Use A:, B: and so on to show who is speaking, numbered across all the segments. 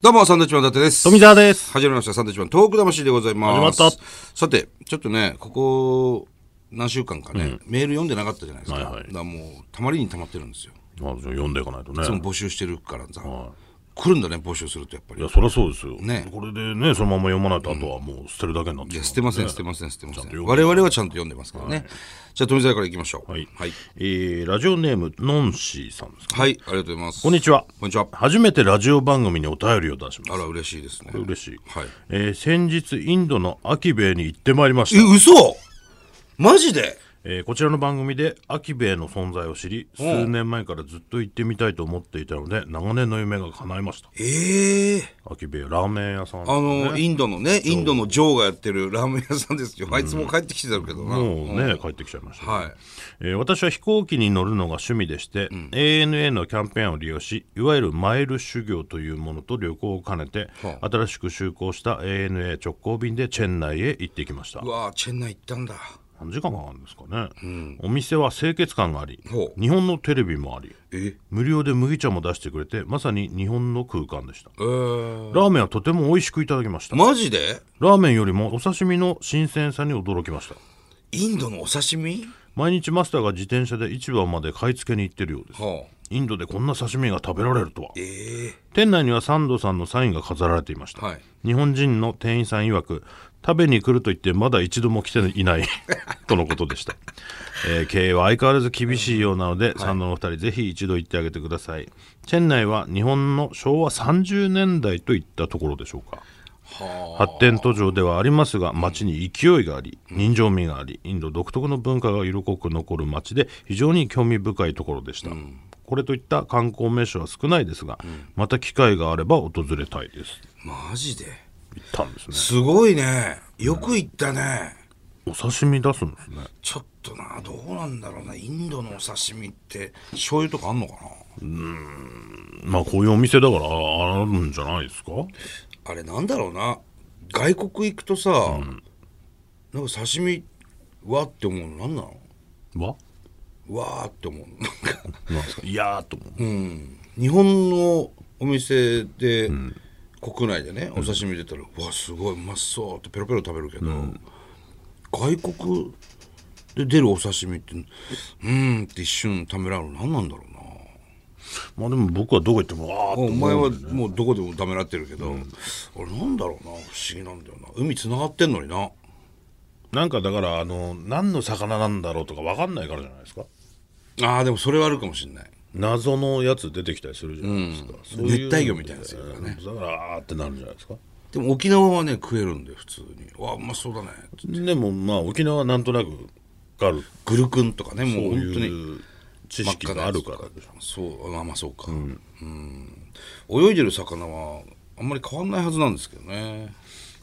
A: どうも、サンドウィッチマン伊達です。
B: 富澤です。
A: 始まりました、サンドウィッチマントーク魂でございます。
B: 始まった
A: さて、ちょっとね、ここ、何週間かね、メール読んでなかったじゃないですか。
B: はいはい
A: だからもう、たまりにたまってるんですよ。
B: あ、じゃあ読んでいかないとね
A: いつ。も募集してるからさ、来るんだね、募集するとやっぱ
B: い
A: り。
B: や、そりゃそうですよ。
A: ね
B: これでね、そのまま読まないと、あとはもう捨てるだけになっ
A: い
B: て
A: や、
B: し
A: 捨て
B: まう
A: ません、捨てません、捨てませ
B: ちゃんと
A: ん。
B: 読ん
A: 我
B: で
A: 々はちゃんと読んでますからね。じゃあ、富澤から行きましょう。
B: はい
A: はい。
B: えー、ラジオネーム、のんしーさんですか。
A: はい、ありがとうございます。
B: こんにちは。
A: こんにちは。
B: 初めてラジオ番組にお便りを出しま
A: あ
B: す。
A: ら、嬉しいですね。
B: 嬉しい。
A: はい。
B: えー先日、インドのアキベイに行ってまいりまし
A: え、
B: た。
A: 嘘マジで
B: えーこちらの番組でアキベイの存在を知り、数年前からずっと行ってみたいと思っていたので、長年の夢が叶いました。
A: ええ
B: アキベイ、ラーメン屋さんですね、
A: あの、インドのね、インドのジョーがやってるラーメン屋さんですよ。あいつも帰ってきてたけどな。
B: もうね、帰ってきちゃいましたね、
A: はい
B: えー私は飛行機に乗るのが趣味でして、ANA のキャンペーンを利用しいわゆるマイル修行というものと旅行を兼ねて、
A: は
B: 新しく就航した ANA 直行便でチェン内へ行ってきました
A: うわぁ、チェンナイ行ったんだ。
B: 何時間かかるんですかね、お店は清潔感があり
A: ほう
B: 日本のテレビもあり
A: え
B: 無料で麦茶も出してくれてまさに日本の空間でした
A: えー、
B: ラーメンはとても美味しくいただきました
A: マジで
B: ラーメンよりもお刺身の新鮮さに驚きました
A: インドのお刺身
B: 毎日マスターが自転車で市場まで買い付けに行ってるようです
A: はあ。
B: インドでこんな刺身が食べられるとは
A: ええ
B: 店内にはサンドさんのサインが飾られていました、
A: はい
B: 日本人の店員さん曰く食べに来ると言ってまだ一度も来ていない とのことでした、えー経営は相変わらず厳しいようなので、サンドのお二人ぜひ一度行ってあげてください店内は日本の昭和30年代といったところでしょうか発展途上ではありますが街に勢いがあり人情味がありインド独特の文化が色濃く残る街で非常に興味深いところでした、これといった観光名所は少ないですが、また機会があれば訪れたいです
A: マジで
B: 行ったんですね
A: すごいね。よく行ったね。
B: お刺身出すんですね
A: ちょっとな、どうなんだろうな。インドのお刺身って、醤油とかあんのかな
B: まあこういうお店だからああるんじゃないですか
A: あれなんだろうな外国行くとさ、なんか刺身わって思うのなんなの
B: は
A: わーって思うのなんか、
B: なんですかいやーと思う、
A: うん、日本のお店で、国内でねお刺身出たら、うわすごいうまそうってペロペロ食べるけど、外国で出るお刺身ってうーんって一瞬ためらうの何なんだろうな
B: まあでも僕はどこ行ってもわーっと
A: お
B: 思う
A: 前はもうどこでもためらってるけど、俺なんだろうな不思議なんだよな海つながってんのにな
B: なんかだからあの何の魚なんだろうとか分かんないからじゃないですか
A: ああでもそれはあるかもしれない
B: 謎のやつ出てきたりするじゃないですか、そういうの
A: 熱帯魚みたいなやつだよね
B: だからあーってなるんじゃないですか
A: でも沖縄はね食えるんで普通にわあうまそうだね
B: でもまあ沖縄はなんとなくある
A: グルクンとかね
B: そう
A: もう本当に
B: いう知識があるからでしょ
A: そうあまあそうか、うん泳いでる魚はあんまり変わんないはずなんですけどね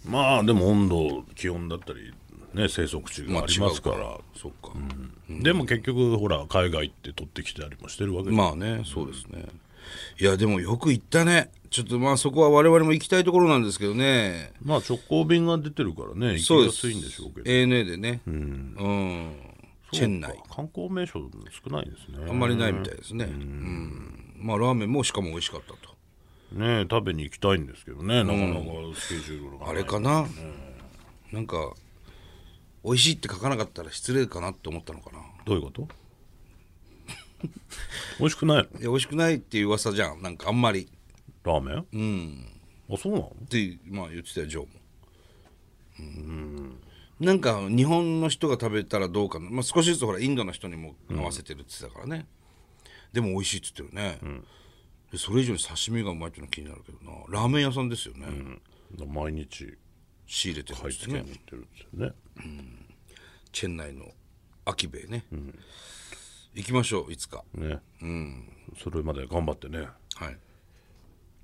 B: まあでも温度気温だったりね生息地がありますから、
A: 違うそうか、
B: でも結局ほら海外って取ってきたりもしてるわけで、
A: まあねそうですねいやでもよく行ったねちょっとまあそこは我々も行きたいところなんですけどね
B: まあ直行便が出てるからね
A: そ
B: 行
A: うで
B: きや
A: す
B: すいんでしょうけど
A: ANA でねうん、チェン内
B: 観光名所少ないですね
A: あんまりないみたいですねうんまあラーメンもしかも美味しかったと
B: ねえ食べに行きたいんですけどねなかなかスケジュールがない
A: あれかな、なんか美味しいって書かなかったら失礼かなって思ったのかな
B: どういうこと美味しくないの
A: いや美味しくないっていう噂じゃんなんかあんまり
B: ラーメン
A: うん
B: あそうなの
A: って、まあ、言ってたよジョーも、うん、なんか日本の人が食べたらどうかな、まあ、少しずつほらインドの人にも合わせてるって言ってたからね、でも美味しいって言ってるね、でそれ以上に刺身がうまいっていうの気になるけどなラーメン屋さんですよね、
B: 毎日
A: 仕入れてるん
B: 買
A: で
B: い
A: す
B: 付け
A: ね
B: に行ってるんですよね
A: チェン内の秋兵衛ね、行きましょういつか
B: ね、それまで頑張ってね
A: はい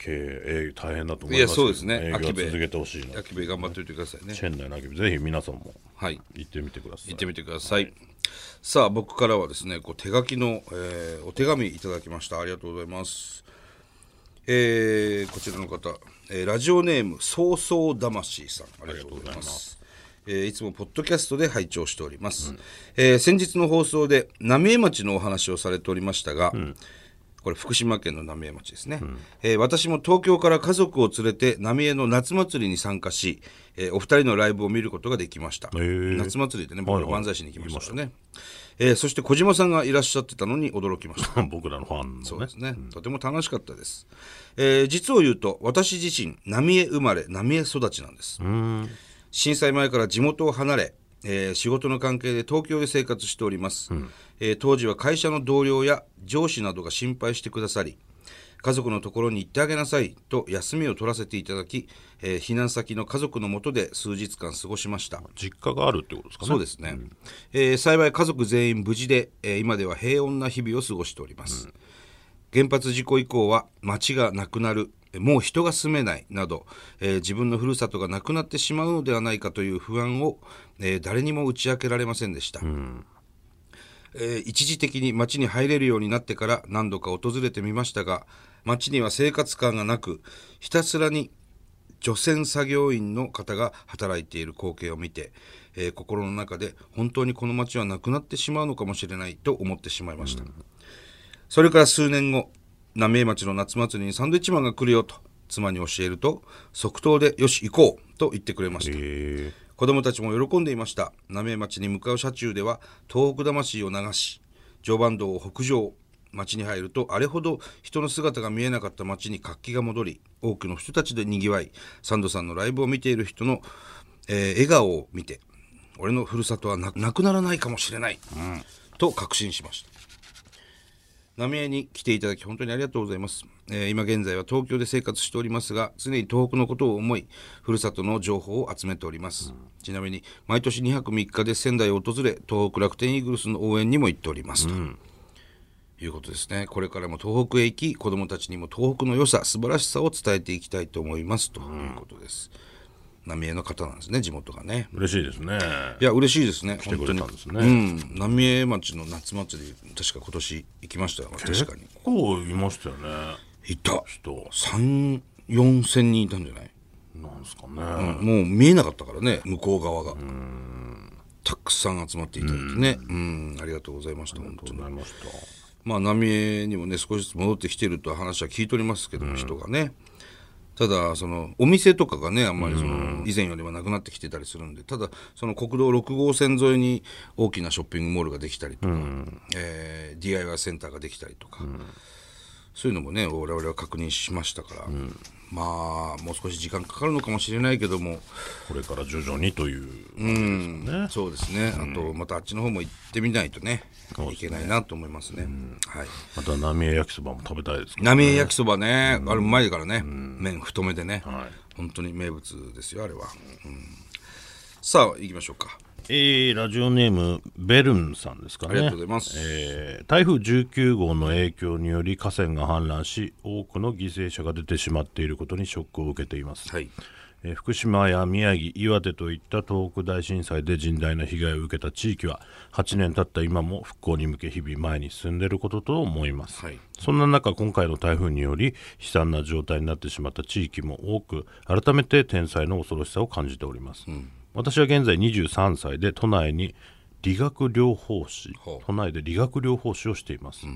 B: 経営大変だと思いますけ
A: いやそう
B: ど
A: ですね
B: 営業は
A: 秋
B: 続
A: 兵衛
B: けてほしいな
A: 秋兵衛頑張っておいてくださいね
B: チェン内の秋兵衛ぜひ皆さんも
A: はい
B: 行ってみてくださ
A: 行
B: い
A: ってみてください、さあ僕からはですねこう手書きの、えーお手紙いただきましたありがとうございますえーこちらの方、えーラジオネームそうそう魂さんありがとうございますえーいつもポッドキャストで拝聴しております、えー先日の放送で浪江町のお話をされておりましたが、これ福島県の浪江町ですね、えー私も東京から家族を連れて浪江の夏祭りに参加し、えーお二人のライブを見ることができました、
B: ー
A: 夏祭りでね僕ら
B: はいはい
A: 漫才しに行きましたからね、えーそして小島さんがいらっしゃってたのに驚きま した
B: 僕らのファン
A: そ
B: の
A: う
B: ね
A: ですね、とても楽しかったです、えー実を言うと私自身浪江生まれ浪江育ちなんです震災前から地元を離れ、えー仕事の関係で東京で生活しております、えー当時は会社の同僚や上司などが心配してくださり家族のところに行ってあげなさいと休みを取らせていただき、えー避難先の家族のもとで数日間過ごしました
B: 実家があるってことですかね
A: そうですね、えー幸い家族全員無事で、えー今では平穏な日々を過ごしております、原発事故以降は町がなくなるえーもう人が住めないなど、えー自分のふるさとがなくなってしまうのではないかという不安を、えー誰にも打ち明けられませんでした、えー一時的に町に入れるようになってから何度か訪れてみましたが町には生活感がなくひたすらに除染作業員の方が働いている光景を見て、えー心の中で本当にこの町はなくなってしまうのかもしれないと思ってしまいました、それから数年後浪江町の夏祭りにサンドイッチマンが来るよと妻に教えると即答で「よし行こう」と言ってくれました
B: へ
A: 子供たちも喜んでいました浪江町に向かう車中では東北魂を流し常磐道を北上町に入るとあれほど人の姿が見えなかった町に活気が戻り多くの人たちでにぎわいサンドさんのライブを見ている人の、えー笑顔を見て俺のふるさとはななくならないかもしれない、と確信しました浪江に来ていただき本当にありがとうございます、えー今現在は東京で生活しておりますが常に東北のことを思いふるさとの情報を集めております、ちなみに毎年2泊3日で仙台を訪れ東北楽天イーグルスの応援にも行っておりますと、いうことですねこれからも東北へ行き子どもたちにも東北の良さ素晴らしさを伝えていきたいと思いますということです、浪江の方なんですね地元がね
B: え嬉しいですね
A: いや嬉しいですね
B: 来て
A: 本当
B: くれ
A: に
B: たんです
A: う
B: ね
A: ん、浪江町の夏祭り確か今年行きましたよ確かに
B: こういましたよね
A: いた
B: 人
A: 3 4千人いたんじゃない、
B: なんですかね、
A: もう見えなかったからね向こう側がたくさん集まっていただいてねうんありがとうございました本当に
B: ございまし
A: まあ浪江にもね少しずつ戻ってきてると話は聞いておりますけども、人がねただそのお店とかがねあんまりその以前よりはなくなってきてたりするんでただその国道6号線沿いに大きなショッピングモールができたりとか、えー DIY センターができたりとか、そういうのもね我々は確認しましたから、まあもう少し時間かかるのかもしれないけども
B: たこれから徐々にという感じですかね、
A: そうですね、あとまたあっちの方も行ってみないとね
B: そう
A: い
B: です
A: けないなと思いますね。はい
B: また浪江焼きそばも食べたいですけど
A: 浪江焼きそばね、あれうまいからね、麺太めでね、
B: はい
A: 本当に名物ですよあれは、うんさあ行きましょうか
B: えーラジオネームベルンさんですかね
A: ありがとうございます
B: えー台風19号の影響により河川が氾濫し多くの犠牲者が出てしまっていることにショックを受けています、
A: はい
B: えー福島や宮城岩手といった東北大震災で甚大な被害を受けた地域は8年経った今も復興に向け日々前に進んでいることと思います、
A: はい
B: そんな中今回の台風により悲惨な状態になってしまった地域も多く改めて天災の恐ろしさを感じております、私は現在23歳で都内に理学療法士
A: ほう
B: 都内で理学療法士をしています、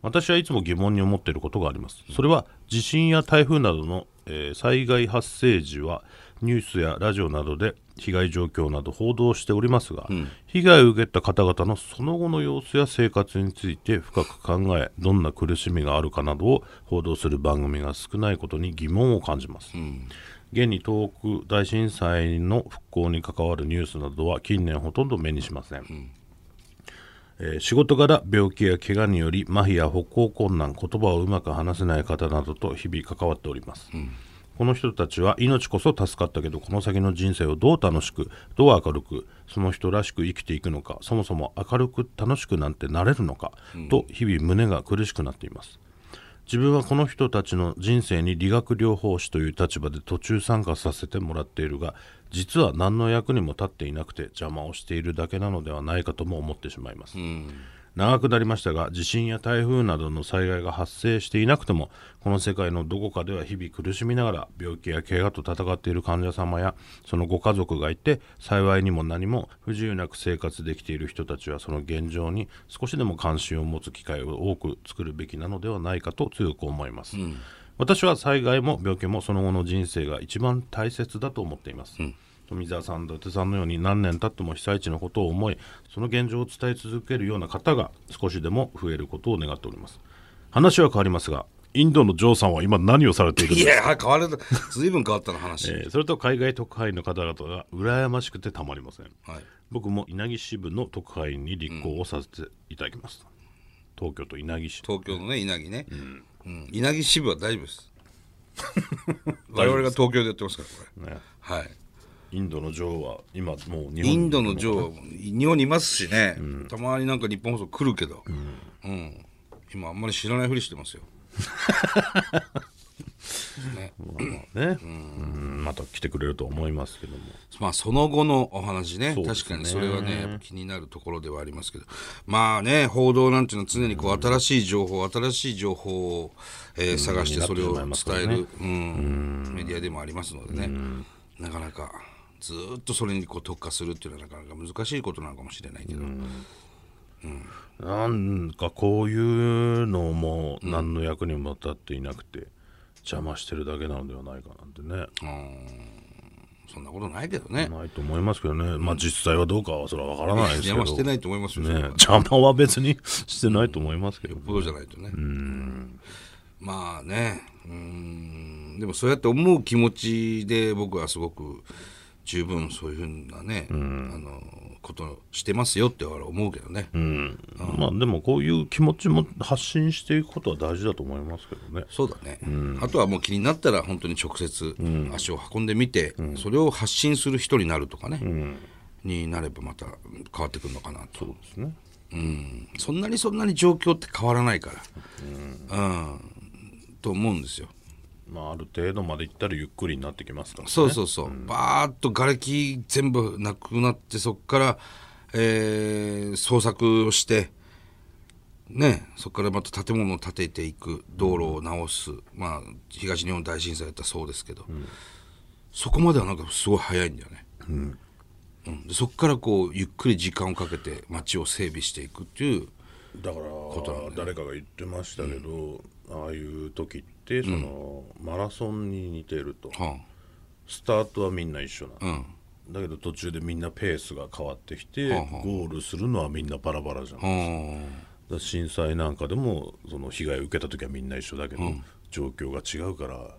B: 私はいつも疑問に思っていることがありますそれは地震や台風などの、えー災害発生時はニュースやラジオなどで被害状況など報道しておりますが、被害を受けた方々のその後の様子や生活について深く考えどんな苦しみがあるかなどを報道する番組が少ないことに疑問を感じます、現に東北大震災の復興に関わるニュースなどは近年ほとんど目にしません、えー仕事柄病気や怪我により麻痺や歩行困難言葉をうまく話せない方などと日々関わっております、この人たちは命こそ助かったけどこの先の人生をどう楽しくどう明るくその人らしく生きていくのかそもそも明るく楽しくなんてなれるのか、と日々胸が苦しくなっています自分はこの人たちの人生に理学療法士という立場で途中参加させてもらっているが実は何の役にも立っていなくて邪魔をしているだけなのではないかとも思ってしまいます、長くなりましたが地震や台風などの災害が発生していなくてもこの世界のどこかでは日々苦しみながら病気や怪我と戦っている患者様やそのご家族がいて幸いにも何も不自由なく生活できている人たちはその現状に少しでも関心を持つ機会を多く作るべきなのではないかと強く思います、私は災害も病気もその後の人生が一番大切だと思っています、富澤さん、伊達さんのように何年経っても被災地のことを思い、その現状を伝え続けるような方が少しでも増えることを願っております。話は変わりますが、インドのジョーさんは今何をされているん
A: い
B: ですか、
A: や変わるずいぶん変わったの話、
B: えーそれと海外特派員の方々が羨ましくてたまりません。
A: はい、
B: 僕も稲城支部の特派員に立候補させていただきます。東京と稲城市。
A: 東京のね稲城ね、うん稲城支部は大丈夫です 我々が東京でやってますからこれ、
B: ね
A: はい
B: インドのジョーは今もう日本に
A: インドの女王日本にいますしね、たまになんか日本放送来るけど、うん今あんまり知らないふりしてますよ
B: ね、うんまた来てくれると思いますけども。
A: まあその後のお話ね
B: うです
A: 確
B: ね
A: かにそれはねやっぱ気になるところではありますけどまあね報道なんていうのは常にこう新しい情報新しい情報を、えー探してそれを
B: な
A: 伝
B: ってしまいますから
A: え
B: ね
A: る、うん、メディアでもありますのでねなかなかずーっとそれにこう特化するっていうのはなかなか難しいことなのかもしれないけど、
B: なんかこういうのも何の役にも立っていなくて邪魔してるだけなのではないかなんてね、
A: そんなことないけどね
B: ないと思いますけどねまあ実際はどうかはそれはわからないですけ
A: 邪
B: ど
A: 魔してないと思いますよ、それ
B: ね
A: は
B: 邪魔は別にしてないと思いますけど
A: プロじゃないとね。まあね、うん、でもそうやって思う気持ちで僕はすごく十分そういうふうなね、あのことをしてますよって俺は思うけどね。
B: うんまあでもこういう気持ちも発信していくことは大事だと思いますけどね
A: そうだね、あとはもう気になったら本当に直接足を運んでみて、それを発信する人になるとかね、になればまた変わってくるのかなと
B: そうですね
A: うんそんなにそんなに状況って変わらないから、うん、と思うんですよ。
B: まあある程度までいったらゆっくりになってきますからね
A: そうそうそう、バーッと瓦礫全部なくなってそこから、えー捜索をしてねそこからまた建物を建てていく道路を直す、まあ東日本大震災だったらそうですけど、そこまではなんかすごい早いんだよね、うんでそこからこうゆっくり時間をかけて街を整備していくっていう
B: だから誰かが言ってましたけど、ああいう時ってその、マラソンに似てると
A: は
B: スタートはみんな一緒なの、
A: あうん
B: だけど途中でみんなペースが変わってきて、
A: はあはあ
B: ゴールするのはみんなバラバラじゃん、だか
A: うん
B: ら震災なんかでもその被害を受けた時はみんな一緒だけど、状況が違うから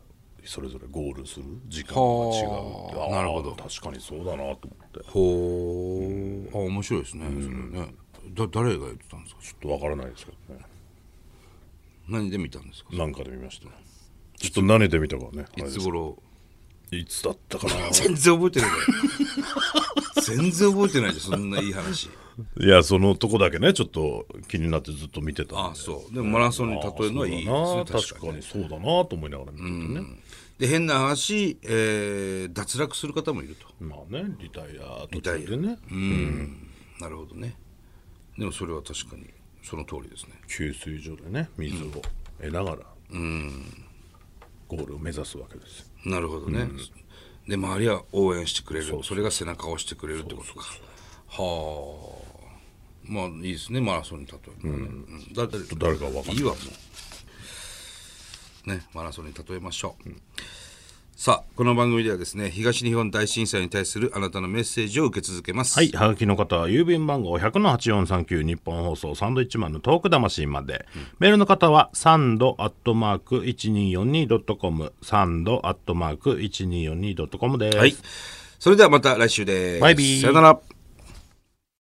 B: それぞれゴールする時間が違うって
A: はあ
B: ああ
A: なるほど
B: 確かにそうだなと思ってちょ
A: ほーあ面白いですね、それねだ誰が言ってたんですか
B: っとわからないですけどね
A: 何で見たんですか
B: なんかで見ましたねちょっと慣れてみたからねあれ
A: い
B: で
A: つ
B: す
A: 頃
B: いつだったかな
A: 全然覚えてないから全然覚えてないじゃんそんないい話
B: いやそのとこだけねちょっと気になってずっと見てたんで
A: ああそうでもマラソンに例えるのはいいです
B: あ
A: ね
B: あそうだな確かにそうだなと思いながら見ててね、
A: で変な話、えー脱落する方もいると
B: まあねリタイア途中でね
A: なるほどねでもそれは確かにその通りですね
B: 給水所でね水を得ながら、ゴールを目指すわけですよ
A: なるほどね、で周りは応援してくれるそれが背中を押してくれるってことかはあまあいいですねマラソンに例えるのはね、うんだって
B: 誰かは分かんな
A: い
B: い
A: わもうねマラソンに例えましょう、さあこの番組ではですね東日本大震災に対するあなたのメッセージを受け続けます
B: はい、はがきの方は郵便番号100-8439日本放送サンドイッチマンのトーク魂まで、メールの方はサンドアットマーク 1242.com サンドアットマーク 1242.com です、
A: はいそれではまた来週です
B: バイビー
A: さよなら